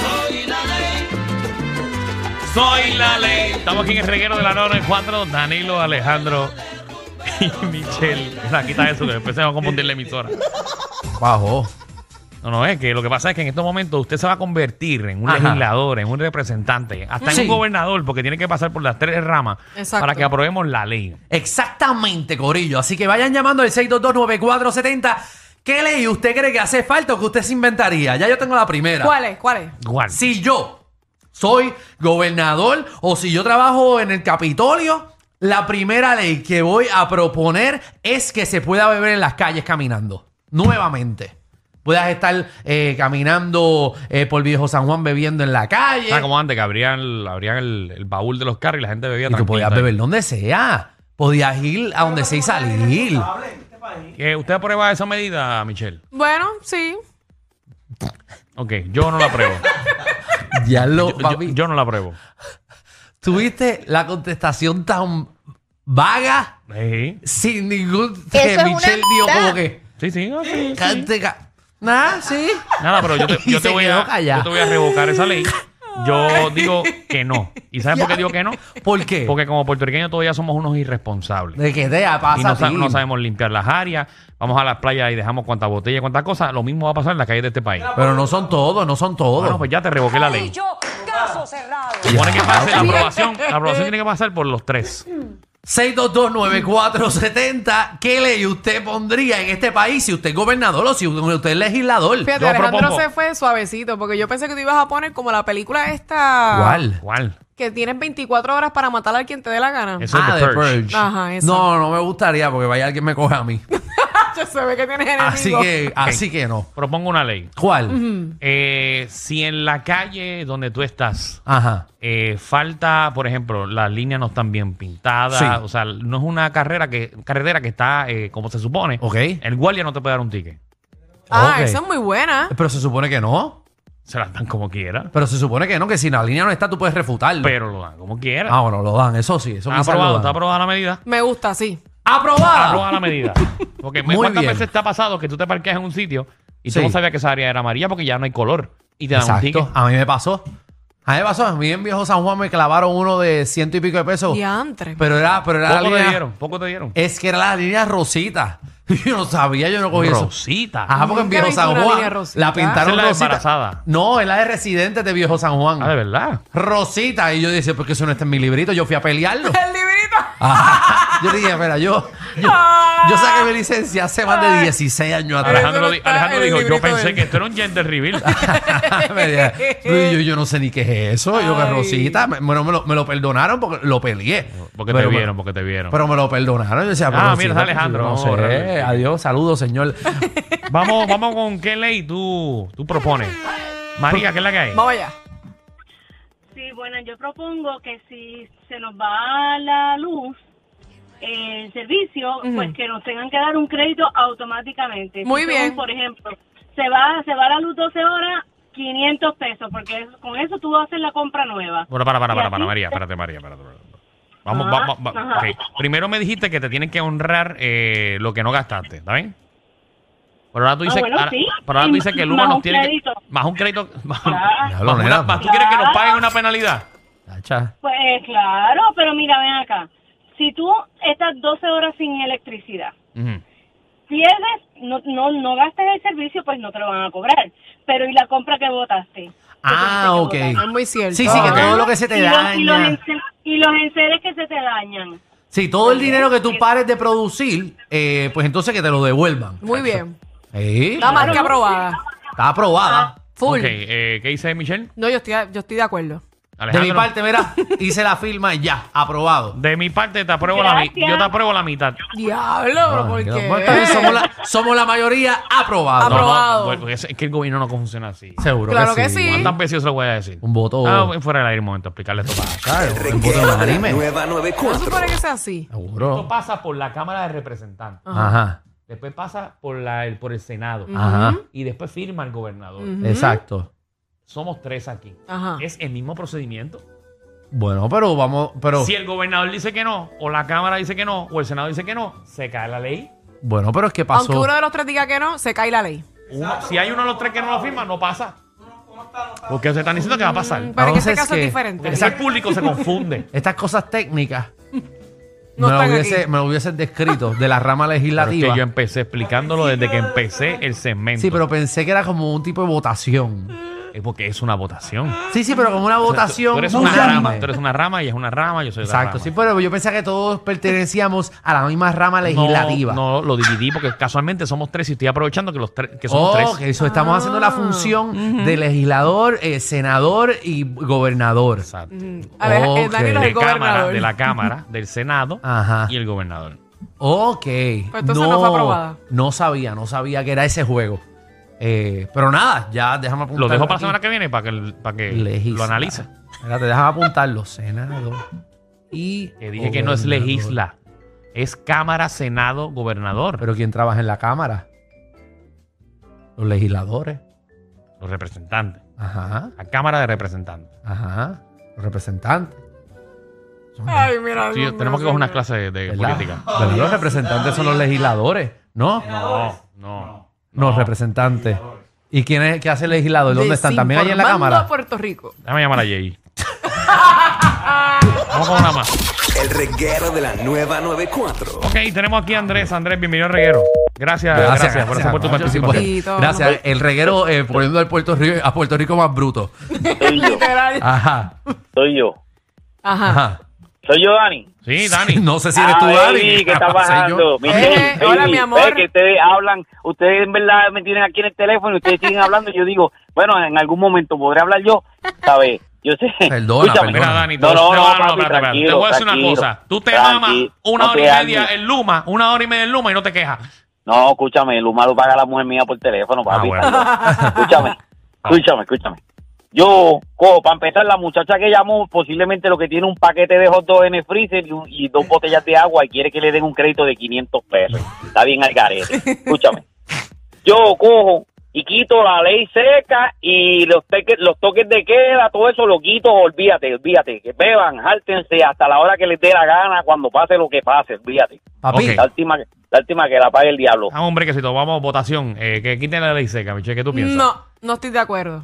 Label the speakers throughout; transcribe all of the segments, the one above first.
Speaker 1: Soy la ley. Soy la ley. Estamos aquí en el reguero de la 994, Danilo, Alejandro y Michelle. Mira, quita eso, que después se va a confundir la emisora.
Speaker 2: Bajó.
Speaker 1: No, no, es que lo que pasa es que en estos momentos usted se va a convertir en un
Speaker 2: Ajá.
Speaker 1: legislador, en un representante, hasta en
Speaker 2: Sí.
Speaker 1: un gobernador, porque tiene que pasar por las tres ramas
Speaker 3: Exacto.
Speaker 1: para que aprobemos la ley.
Speaker 2: Exactamente, Corillo. Así que vayan llamando al 6229470. ¿Qué ley usted cree que hace falta o que usted se inventaría? Ya yo tengo la primera.
Speaker 3: ¿Cuál es? ¿Cuál es?
Speaker 1: Juan,
Speaker 2: Si yo soy gobernador o si yo trabajo en el Capitolio, la primera ley que voy a proponer es que se pueda beber en las calles caminando. Nuevamente. Puedas estar eh, caminando eh, por Viejo San Juan bebiendo en la calle.
Speaker 1: ¿sabes cómo Ah, antes que abrían, el- abrían el, el baúl de los carros y la gente bebía
Speaker 2: Y tú podías
Speaker 1: tranquilita ahí?
Speaker 2: beber donde sea. Podías ir a donde sea y salir.
Speaker 1: Eh, ¿Usted aprueba esa medida, Michelle?
Speaker 3: Bueno, sí.
Speaker 1: Ok, yo no la apruebo.
Speaker 2: Ya lo,
Speaker 1: Yo- yo,
Speaker 2: papi.
Speaker 1: yo no la apruebo.
Speaker 2: Tuviste la contestación tan vaga,
Speaker 1: Sí,
Speaker 2: sin ningún.
Speaker 4: Eso es una
Speaker 2: Michelle dio
Speaker 4: mitad.
Speaker 2: como que.
Speaker 1: sí, sí. ah, sí, sí.
Speaker 2: "Cante, ca-". Nada, sí.
Speaker 1: Nada, pero yo te,
Speaker 2: Y
Speaker 1: yo te
Speaker 2: se
Speaker 1: voy
Speaker 2: quedó
Speaker 1: a, yo
Speaker 2: callado.
Speaker 1: te voy a revocar esa ley. Yo digo que no. ¿Y sabes por qué digo que no?
Speaker 2: ¿Por qué?
Speaker 1: Porque como puertorriqueños todavía somos unos irresponsables.
Speaker 2: de que te pasa.
Speaker 1: Y no,
Speaker 2: a
Speaker 1: sa-
Speaker 2: ti.
Speaker 1: no sabemos limpiar las áreas, vamos a las playas y dejamos cuantas botellas, cuantas cosas. Lo mismo va a pasar en las calles de este país.
Speaker 2: Pero no son todos, no son todos.
Speaker 1: Bueno, pues ya te revoqué la ley.
Speaker 5: Dicho, caso cerrado.
Speaker 1: Supone que pase la aprobación. La aprobación tiene que pasar por los tres.
Speaker 2: 6229470. ¿Qué ley usted pondría en este país si usted es gobernador o si usted es legislador?
Speaker 3: Fíjate,
Speaker 1: Yo
Speaker 3: Alejandro
Speaker 1: propongo.
Speaker 3: se fue suavecito porque yo pensé que tú ibas a poner como la película esta.
Speaker 2: ¿Cuál?
Speaker 1: ¿Cuál?
Speaker 3: Que tienes 24 horas para matar a quien te dé la gana.
Speaker 1: Eso es The Purge.
Speaker 3: Ajá, esa.
Speaker 2: Ah, No, no me gustaría porque vaya alguien me coja a mí.
Speaker 3: se ve que tienes enemigo.
Speaker 2: así que, así que no.
Speaker 1: Propongo una ley.
Speaker 2: ¿Cuál?
Speaker 1: Eh, si en la calle donde tú estás
Speaker 2: Ajá.
Speaker 1: eh, falta, por ejemplo, las líneas no están bien pintadas,
Speaker 2: Sí.
Speaker 1: o sea, no es una carrera que carretera que está eh, como se supone.
Speaker 2: Ok.
Speaker 1: El guardia no te puede dar un ticket.
Speaker 3: Ah,
Speaker 2: Ok.
Speaker 3: esa es muy buena.
Speaker 2: Pero se supone que no.
Speaker 1: Se las dan como quiera,
Speaker 2: Pero se supone que no, que si la línea no está, tú puedes refutarlo.
Speaker 1: pero lo dan como quiera.
Speaker 2: ah, bueno, lo dan, eso sí.
Speaker 1: está
Speaker 2: Eso quizás lo
Speaker 1: aprobado, está
Speaker 2: dan.
Speaker 1: aprobada la medida.
Speaker 3: Me gusta, sí.
Speaker 2: ¡Aprobada!
Speaker 1: Aprobada la medida. Porque
Speaker 2: Muy
Speaker 1: ¿cuántas
Speaker 2: bien.
Speaker 1: veces te ha pasado que tú te parqueas en un sitio y
Speaker 2: Sí.
Speaker 1: tú no sabías que esa área era amarilla porque ya no hay color y te dan un ticket?
Speaker 2: Exacto. Ah, A mí me pasó. A mí me pasó. A mí en Viejo San Juan me clavaron uno de ciento y pico de pesos.
Speaker 3: Diantre.
Speaker 2: Pero era, pero era la
Speaker 1: Poco te
Speaker 2: línea.
Speaker 1: dieron, poco te dieron.
Speaker 2: Es que era la línea rosita. Yo no sabía, yo no cogí eso.
Speaker 1: Rosita.
Speaker 2: Ajá, porque en
Speaker 3: Nunca he
Speaker 2: Viejo
Speaker 3: visto
Speaker 2: San
Speaker 3: una
Speaker 2: Juan
Speaker 3: línea rosita.
Speaker 2: la pintaron
Speaker 1: Esa es la de
Speaker 2: Ah, rosita.
Speaker 1: embarazada.
Speaker 2: No, es la de residentes de Viejo San Juan.
Speaker 1: Ah, de verdad.
Speaker 2: Rosita. Y yo dije, porque eso no está en mi librito. Yo fui a pelearlo.
Speaker 3: El librito.
Speaker 2: Ajá. yo dije, mira, yo, yo,
Speaker 3: Ah.
Speaker 2: yo saqué mi licencia hace más de 16 años atrás.
Speaker 1: Alejandro,
Speaker 3: no
Speaker 1: di-
Speaker 3: está
Speaker 1: Alejandro
Speaker 3: en el
Speaker 1: dijo, yo
Speaker 3: librito
Speaker 1: pensé
Speaker 3: del-
Speaker 1: que esto era un gender reveal.
Speaker 2: Me dije, yo, yo no sé ni qué es eso. Yo que
Speaker 3: Ay.
Speaker 2: Rosita. Me- Bueno, me lo, me lo perdonaron porque lo peleé.
Speaker 1: Porque te
Speaker 2: Pero me-
Speaker 1: vieron, porque te vieron.
Speaker 2: Pero me lo perdonaron. Yo decía,
Speaker 1: Ah,
Speaker 2: pero
Speaker 1: mira,
Speaker 2: Rosita,
Speaker 1: está Alejandro.
Speaker 2: No
Speaker 1: Vamos a borrarlo.
Speaker 2: sé. eh, Adiós, saludos, señor.
Speaker 1: Vamos, vamos con qué ley tú, tú propones. María, ¿qué es la que hay?
Speaker 3: Vamos allá.
Speaker 6: Sí, bueno, yo propongo que si se nos va la luz, eh, el servicio, pues que nos tengan que dar un crédito automáticamente.
Speaker 3: Muy
Speaker 6: Si
Speaker 3: bien.
Speaker 6: son, por ejemplo, se va, se va la luz 12 horas, 500 pesos, porque eso- con eso tú haces la compra nueva.
Speaker 1: Bueno, para, para,
Speaker 6: Y
Speaker 1: para,
Speaker 6: así-
Speaker 1: para, María, espérate, María, espérate. espérate. Vamos,
Speaker 6: Ajá,
Speaker 1: vamos, va-
Speaker 6: ajá.
Speaker 1: ok. Primero me dijiste que te tienen que honrar eh, lo que no gastaste, ¿está bien? Pero ahora tú
Speaker 6: Ah,
Speaker 1: dices,
Speaker 6: bueno,
Speaker 1: ahora-
Speaker 6: sí.
Speaker 1: pero ahora tú
Speaker 6: Y
Speaker 1: dices que el
Speaker 6: más
Speaker 1: Uber nos
Speaker 6: un
Speaker 1: tiene que-
Speaker 6: crédito. Ah.
Speaker 1: más un crédito, más,
Speaker 6: Claro.
Speaker 2: Diablo,
Speaker 1: más
Speaker 2: nena.
Speaker 1: una- más tú quieres que nos
Speaker 6: Claro.
Speaker 1: paguen una penalidad.
Speaker 2: Tacha.
Speaker 6: Pues eh, claro, pero mira, ven acá. Si tú estás 12 horas sin electricidad,
Speaker 1: Ujú.
Speaker 6: pierdes, no, no, no gastas el servicio, pues no te lo van a cobrar. Pero ¿y la compra que votaste?
Speaker 2: Ah, ok.
Speaker 3: Es muy cierto.
Speaker 2: Sí, sí, que
Speaker 1: Ah, ok.
Speaker 2: todo lo que se te
Speaker 6: Y los,
Speaker 2: daña.
Speaker 6: ence- y los enseres que se te dañan.
Speaker 2: Sí, todo el dinero que tú pares de producir, eh, pues entonces que te lo devuelvan.
Speaker 3: Muy bien.
Speaker 2: Sí,
Speaker 3: Está más que aprobada.
Speaker 2: está aprobada.
Speaker 3: Full.
Speaker 1: Ok, eh, ¿qué dice Michelle?
Speaker 3: No, yo estoy, yo estoy de acuerdo.
Speaker 2: De mi
Speaker 1: Alejandro.
Speaker 2: parte, mira, hice la firma y ya, aprobado.
Speaker 1: De mi parte te apruebo la mitad.
Speaker 6: Gracias.
Speaker 1: Yo te apruebo la mitad.
Speaker 3: Diablo, pero ¿por qué?
Speaker 2: Ah, Bueno, está bien, somos, la, somos la mayoría aprobado.
Speaker 3: Apro- Aprobado.
Speaker 1: bueno, porque es, es que el gobierno no funciona así.
Speaker 2: Seguro
Speaker 3: Claro que sí.
Speaker 1: ¿Cuántas veces yo se lo voy a decir?
Speaker 2: Un voto.
Speaker 1: Ah, voy fuera del aire un momento, a explicarle esto.
Speaker 2: Claro,
Speaker 4: El
Speaker 2: un voto
Speaker 4: reguero de la
Speaker 2: unánime.
Speaker 4: nueva
Speaker 3: No
Speaker 4: 94.
Speaker 3: supone que sea así.
Speaker 1: Esto
Speaker 2: Seguro.
Speaker 1: pasa por la Cámara de Representantes.
Speaker 2: Ajá,
Speaker 1: Después pasa por, la, el- por el Senado.
Speaker 2: ajá.
Speaker 1: Y después firma el gobernador.
Speaker 2: Mm.
Speaker 3: Ujú.
Speaker 2: Exacto.
Speaker 1: Somos tres aquí.
Speaker 3: Ajá.
Speaker 1: Es el mismo procedimiento.
Speaker 2: Bueno, pero vamos, pero
Speaker 1: Si el gobernador dice que no, o la Cámara dice que no, o el Senado dice que no, se cae la ley.
Speaker 2: bueno, pero es que pasó.
Speaker 3: Aunque uno de los tres diga que no, se cae la ley.
Speaker 1: Uno- si hay uno de los tres que no lo firma, no pasa. Porque se están diciendo que va a pasar.
Speaker 2: Mm,
Speaker 3: Pero en este
Speaker 2: Entonces,
Speaker 3: caso
Speaker 2: ¿qué?
Speaker 3: es diferente.
Speaker 1: Porque el público se confunde.
Speaker 2: Estas cosas técnicas
Speaker 3: No
Speaker 2: me, lo
Speaker 3: están
Speaker 2: hubiese,
Speaker 3: aquí.
Speaker 2: me lo hubiesen descrito de la rama
Speaker 1: Pero es
Speaker 2: legislativa.
Speaker 1: que yo empecé explicándolo desde que empecé el segmento.
Speaker 2: Sí, pero pensé que era como un tipo de votación.
Speaker 1: Es porque es una votación.
Speaker 2: Sí, sí, pero como una votación.
Speaker 1: Tú eres una
Speaker 2: unánime.
Speaker 1: rama. Tú eres una rama y es una rama. Yo soy otra
Speaker 2: Exacto,
Speaker 1: rama.
Speaker 2: sí, pero yo pensaba que todos pertenecíamos a la misma rama legislativa.
Speaker 1: No, no, lo dividí porque casualmente somos tres y estoy aprovechando que los tres que son
Speaker 2: Oh,
Speaker 1: tres.
Speaker 2: que eso
Speaker 3: Ah.
Speaker 2: estamos haciendo la función de legislador, eh, senador y gobernador.
Speaker 1: Exacto.
Speaker 3: A ver, eh,
Speaker 2: Ok.
Speaker 3: Danilo es
Speaker 1: De
Speaker 3: el
Speaker 1: cámara,
Speaker 3: gobernador.
Speaker 1: de la cámara, del senado
Speaker 2: Ajá.
Speaker 1: y el gobernador.
Speaker 2: Ok.
Speaker 3: Pues entonces no fue aprobada.
Speaker 2: No sabía, no sabía que era ese juego. Eh, pero nada, ya déjame apuntarlo.
Speaker 1: Lo dejo para la
Speaker 2: aquí.
Speaker 1: semana que viene para que, para que lo
Speaker 2: Legisla.
Speaker 1: analice.
Speaker 2: Espérate, déjame apuntarlo. Senado y.
Speaker 1: Que dije que no es
Speaker 2: gobernador.
Speaker 1: legisla, es cámara, senado, gobernador.
Speaker 2: Pero ¿quién trabaja en la Cámara? Los legisladores.
Speaker 1: los representantes.
Speaker 2: Ajá,
Speaker 1: La cámara de representantes.
Speaker 2: ajá. Los representantes. Son-
Speaker 3: Ay, mira.
Speaker 1: Sí,
Speaker 3: Dios mío,
Speaker 1: tenemos que coger una
Speaker 3: señor.
Speaker 1: clase de, de
Speaker 2: ¿verdad?
Speaker 1: política.
Speaker 2: ¿Verdad? Los representantes son los legisladores, ¿no?
Speaker 1: No, no.
Speaker 2: No, representantes. ¿Y quién es que hace el legislador? ¿Dónde están? ¿También allí en la
Speaker 3: Desinformando pues.
Speaker 2: Cámara?
Speaker 3: a Puerto Rico.
Speaker 1: Déjame llamar a Jay. Vamos con una más.
Speaker 4: El reguero de la nueva 94.
Speaker 1: Ok, tenemos aquí a Andrés. Andrés, bienvenido al reguero. Gracias, gracias, por, por tu
Speaker 2: gracias,
Speaker 1: participación.
Speaker 3: Sí, todo.
Speaker 2: Gracias. El reguero eh, poniendo al Puerto Rico, a Puerto Rico más bruto.
Speaker 5: Soy yo,
Speaker 3: Literal.
Speaker 2: Ajá,
Speaker 5: soy yo.
Speaker 3: Ajá.
Speaker 2: ajá.
Speaker 5: Soy yo, Dani.
Speaker 1: Sí, Dani.
Speaker 2: No sé si eres tú,
Speaker 5: Ah,
Speaker 2: Dani.
Speaker 5: baby, ¿Qué
Speaker 2: No
Speaker 5: está
Speaker 2: sé
Speaker 5: pasando?
Speaker 2: yo.
Speaker 3: Eh, hola, mi amor.
Speaker 5: ve que ustedes hablan, ustedes en verdad me tienen aquí en el teléfono y ustedes siguen hablando. Y yo digo, bueno, en algún momento podré hablar yo, ¿sabes? Yo sé.
Speaker 2: Perdona,
Speaker 5: Escúchame.
Speaker 1: Mira, Dani, te,
Speaker 5: No, no,
Speaker 1: te- no,
Speaker 5: no,
Speaker 1: no,
Speaker 5: papi,
Speaker 1: espérate, espérate.
Speaker 5: tranquilo,
Speaker 1: Te voy a decir una
Speaker 5: tranquilo,
Speaker 1: cosa. Tú te
Speaker 5: tranquilo.
Speaker 1: mamas una
Speaker 5: No
Speaker 1: hora y
Speaker 5: te
Speaker 1: media
Speaker 5: hagas.
Speaker 1: en Luma, una hora y media en Luma y no te quejas.
Speaker 5: No, escúchame, el humano paga a la mujer mía por teléfono, papi.
Speaker 1: bueno.
Speaker 5: Escúchame, escúchame, escúchame. Yo, cojo, para empezar, la muchacha que llamó posiblemente lo que tiene un paquete de hot dog en el freezer y, un- y dos botellas de agua y quiere que le den un crédito de 500 pesos. Está bien al garete. Escúchame. Yo cojo y quito la ley seca y los, teque- los toques de queda, todo eso lo quito, olvídate, olvídate. Que beban, jártense hasta la hora que les dé la gana, cuando pase lo que pase, olvídate.
Speaker 2: Papi,
Speaker 1: Ok.
Speaker 5: La última, la última que la pague el diablo.
Speaker 1: Ah, hombre, que si tomamos votación, eh, que quiten la ley seca, Michelle, ¿qué tú piensas?
Speaker 3: No, no estoy de acuerdo.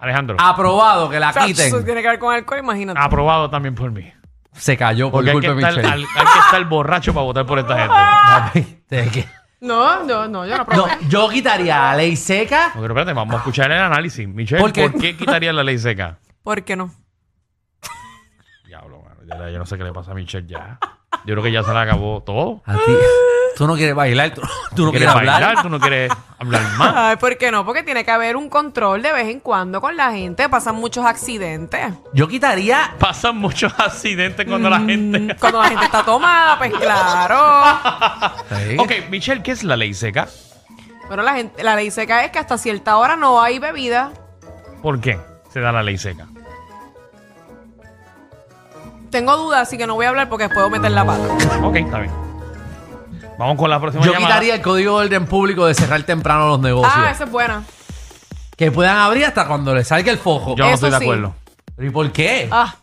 Speaker 1: Alejandro,
Speaker 2: aprobado que la
Speaker 3: O sea, Eso
Speaker 2: quiten.
Speaker 3: tiene que ver con alcohol, imagínate.
Speaker 1: aprobado también por mí.
Speaker 2: Se cayó por
Speaker 1: Porque hay que,
Speaker 2: culpa de
Speaker 1: estar,
Speaker 2: Michelle.
Speaker 1: al- hay que estar borracho para votar por esta gente.
Speaker 2: Papi, te que-
Speaker 3: No, no, no, yo no
Speaker 2: No,
Speaker 3: aprobé.
Speaker 2: yo quitaría a ley seca
Speaker 1: No, pero espérate, vamos a escuchar el análisis. Michelle, ¿por
Speaker 2: ¿Por
Speaker 1: qué,
Speaker 2: qué?
Speaker 1: quitaría la ley seca?
Speaker 3: ¿Por qué no?
Speaker 1: Diablo, mano, ya- yo no sé qué le pasa a Michelle ya. Yo creo que ya se le acabó todo.
Speaker 2: a ti. Tú no quieres bailar, tú, tú no
Speaker 1: quieres
Speaker 2: quieres, hablar.
Speaker 1: bailar, tú no quieres hablar más.
Speaker 3: Ay, ¿por qué no? Porque tiene que haber un control de vez en cuando con la gente. Pasan muchos accidentes.
Speaker 2: Yo quitaría.
Speaker 1: Pasan muchos accidentes cuando
Speaker 2: Mm.
Speaker 1: la gente...
Speaker 3: Mm, Cuando la gente está tomada, pues claro.
Speaker 2: Sí.
Speaker 1: Ok, Michelle, ¿qué es la ley seca?
Speaker 3: Pero la, gente, la ley seca es que hasta cierta hora no hay bebida.
Speaker 1: ¿Por qué se da la ley seca?
Speaker 3: Tengo dudas, así que no voy a hablar porque puedo meter la pata.
Speaker 1: Ok, está bien. Vamos con la próxima
Speaker 2: Yo
Speaker 1: llamada.
Speaker 2: quitaría el código de orden público de cerrar temprano los negocios.
Speaker 3: Ah, esa es buena.
Speaker 2: Que puedan abrir hasta cuando les salga el fojo.
Speaker 1: Yo no
Speaker 3: Eso
Speaker 1: estoy de
Speaker 3: sí.
Speaker 1: acuerdo.
Speaker 2: ¿Y por qué?
Speaker 3: Ah,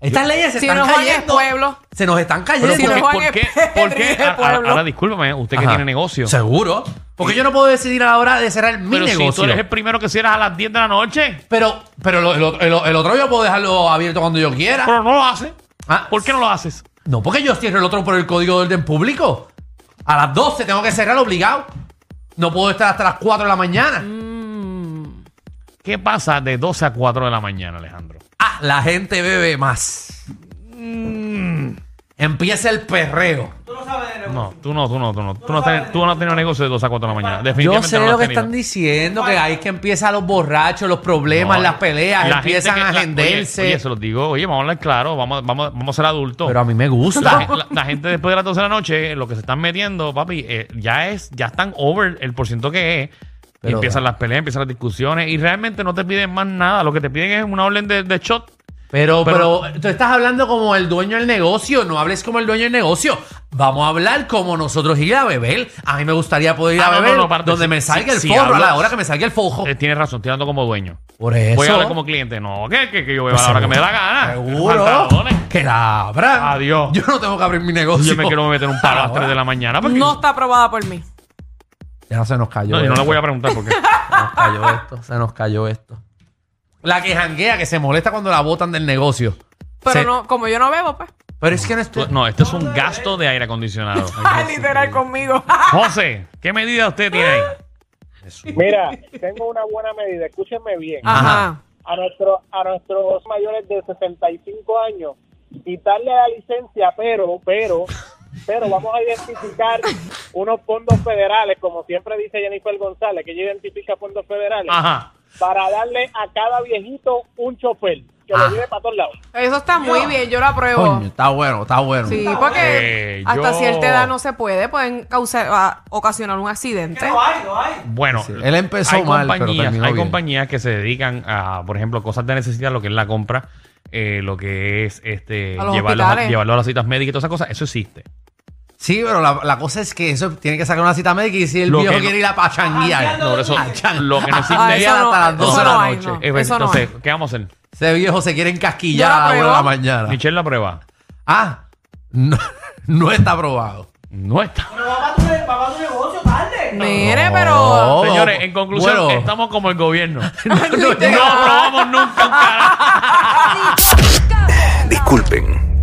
Speaker 2: Estas leyes se
Speaker 3: si
Speaker 2: están
Speaker 3: no juega el
Speaker 2: cayendo.
Speaker 3: pueblo.
Speaker 2: Se nos están cayendo.
Speaker 3: Pero
Speaker 2: porque-
Speaker 3: si no
Speaker 1: ¿Por
Speaker 3: Juan
Speaker 1: qué?
Speaker 3: es
Speaker 1: ¿Por qué?
Speaker 3: Pedro
Speaker 1: A- a-
Speaker 3: Pueblo.
Speaker 1: Ahora, discúlpame, usted que
Speaker 2: Ajá.
Speaker 1: tiene negocio.
Speaker 2: Seguro. Porque yo no puedo decidir a la hora de cerrar mi
Speaker 1: Pero si tú
Speaker 2: negocio.
Speaker 1: eres el primero que cierras a las 10 de la noche,
Speaker 2: Pero, pero lo- el, otro- el- el otro yo puedo dejarlo abierto cuando yo quiera.
Speaker 1: pero no lo haces.
Speaker 2: Ah,
Speaker 1: ¿Por qué no lo haces?
Speaker 2: No, porque yo cierro el otro por el código de orden público. A las 12 tengo que cerrar obligado. No puedo estar hasta las 4 de la mañana.
Speaker 1: ¿Qué pasa de 12 a 4 de la mañana, Alejandro?
Speaker 2: Ah, la Mm. gente bebe más. Empieza el perreo.
Speaker 7: Tú no sabes de
Speaker 1: No, tú no, tú no, tú no. Tú no, ten- tú no has tenido negocio de 2 a 4 de la mañana.
Speaker 2: Yo
Speaker 1: Definitivamente
Speaker 2: sé
Speaker 1: no
Speaker 2: lo
Speaker 1: has
Speaker 2: que
Speaker 1: tenido.
Speaker 2: están diciendo, que ahí es que empiezan los borrachos, los problemas,
Speaker 1: No,
Speaker 2: las peleas,
Speaker 1: la gente
Speaker 2: empiezan
Speaker 1: que-
Speaker 2: a
Speaker 1: la-
Speaker 2: agenderse.
Speaker 1: Oye, oye, se los digo, oye, vamos a hablar claro, vamos, vamos, vamos a ser adultos.
Speaker 2: Pero a mí me
Speaker 1: la,
Speaker 2: gusta.
Speaker 1: gen- la- la gente después de las 12 de la noche, lo que se están metiendo, papi, eh, ya es, ya están over el porciento que es. Y
Speaker 2: Pero-
Speaker 1: empiezan las peleas, empiezan las discusiones y realmente no te piden más nada. Lo que te piden es una orden de, de shot.
Speaker 2: Pero,
Speaker 1: Pero-
Speaker 2: pero, tú estás hablando como el dueño del negocio, no hables como el dueño del negocio. Vamos a hablar como nosotros ir a beber. A mí me gustaría poder ir
Speaker 1: Ah,
Speaker 2: a
Speaker 1: no, no,
Speaker 2: beber
Speaker 1: no, parte,
Speaker 2: donde
Speaker 1: si-
Speaker 2: me salga
Speaker 1: si-
Speaker 2: el
Speaker 1: si
Speaker 2: forro, a la
Speaker 1: hablas-
Speaker 2: hora que me salga el fojo.
Speaker 1: Eh, tienes razón, estoy hablando como dueño.
Speaker 2: Por Oh. eso.
Speaker 1: Voy a hablar como cliente. No, que, que, que yo voy a
Speaker 2: Pues
Speaker 1: hablar la hora que me dé
Speaker 2: seguro.
Speaker 1: la gana.
Speaker 2: Seguro.
Speaker 1: Pantalones.
Speaker 2: Que la abran.
Speaker 1: Adiós.
Speaker 2: Yo no tengo que abrir mi negocio.
Speaker 1: Yo me quiero meter un palo a las 3 de la mañana. Porque
Speaker 3: No está aprobada por mí.
Speaker 2: Ya se nos
Speaker 1: No,
Speaker 2: cayó.
Speaker 1: yo no le
Speaker 2: esto.
Speaker 1: voy a preguntar porque.
Speaker 2: Se nos cayó esto. Se nos cayó esto. La que janguea, que se molesta cuando la botan del negocio.
Speaker 3: Pero
Speaker 2: Se-
Speaker 3: no, como yo no bebo, pues.
Speaker 2: Pero es que no estoy.
Speaker 1: No, esto es un gasto de aire acondicionado.
Speaker 3: Literal conmigo.
Speaker 1: José, ¿qué medida usted tiene ahí?
Speaker 7: Mira, tengo una buena medida, escúchenme bien.
Speaker 3: Ajá.
Speaker 7: A, nuestro, a nuestros mayores de 65 años, quitarle la licencia, pero, pero, pero vamos a identificar unos fondos federales, como siempre dice Jennifer González, que ella identifica fondos federales,
Speaker 1: Ajá.
Speaker 7: para darle a cada viejito un chofer, que
Speaker 2: Ah.
Speaker 7: lo lleve para todos lados.
Speaker 3: Eso está muy bien, yo lo apruebo.
Speaker 2: Coño, está bueno, está bueno.
Speaker 3: Sí, porque
Speaker 1: Eh,
Speaker 3: hasta
Speaker 1: yo-
Speaker 3: cierta edad no se puede, pueden causar, ah, ocasionar un accidente.
Speaker 1: Bueno,
Speaker 2: Sí, él empezó
Speaker 1: hay
Speaker 2: mal, pero
Speaker 1: compañías,
Speaker 2: terminó
Speaker 1: hay
Speaker 2: bien.
Speaker 1: compañías que se dedican a, por ejemplo, cosas de necesidad, lo que es la compra, eh, lo que es este
Speaker 3: A los
Speaker 1: llevarlos, a,
Speaker 3: hospitales.
Speaker 1: llevarlos a las citas médicas y todas esas cosas, eso existe.
Speaker 2: Sí, pero la, la cosa es que eso tiene que sacar una cita médica y si el
Speaker 1: Lo
Speaker 2: viejo
Speaker 1: que no-
Speaker 2: quiere ir a pachanguear.
Speaker 1: Ah, No, por eso,
Speaker 2: A chan-
Speaker 1: lo que no
Speaker 2: a
Speaker 1: existe-
Speaker 2: janguear
Speaker 3: Ah, eso
Speaker 2: hasta
Speaker 3: no-
Speaker 2: las 12 de
Speaker 3: eso no
Speaker 2: la
Speaker 3: hay,
Speaker 2: noche.
Speaker 3: no.
Speaker 1: Eh, pues,
Speaker 3: Eso
Speaker 1: entonces, ¿qué vamos a hacer?
Speaker 2: Ese viejo se quiere encasquillar
Speaker 3: Yo
Speaker 2: a
Speaker 3: la
Speaker 2: las 1 de la
Speaker 3: pruebo.
Speaker 2: mañana.
Speaker 1: Michelle la prueba.
Speaker 2: Ah, no, no está aprobado.
Speaker 1: No está.
Speaker 3: Mire,
Speaker 2: No.
Speaker 3: pero.
Speaker 2: Oh,
Speaker 1: Señores, en conclusión,
Speaker 2: bueno.
Speaker 1: estamos como el gobierno. No
Speaker 2: no,
Speaker 1: probamos nunca un carajo.
Speaker 4: Disculpen,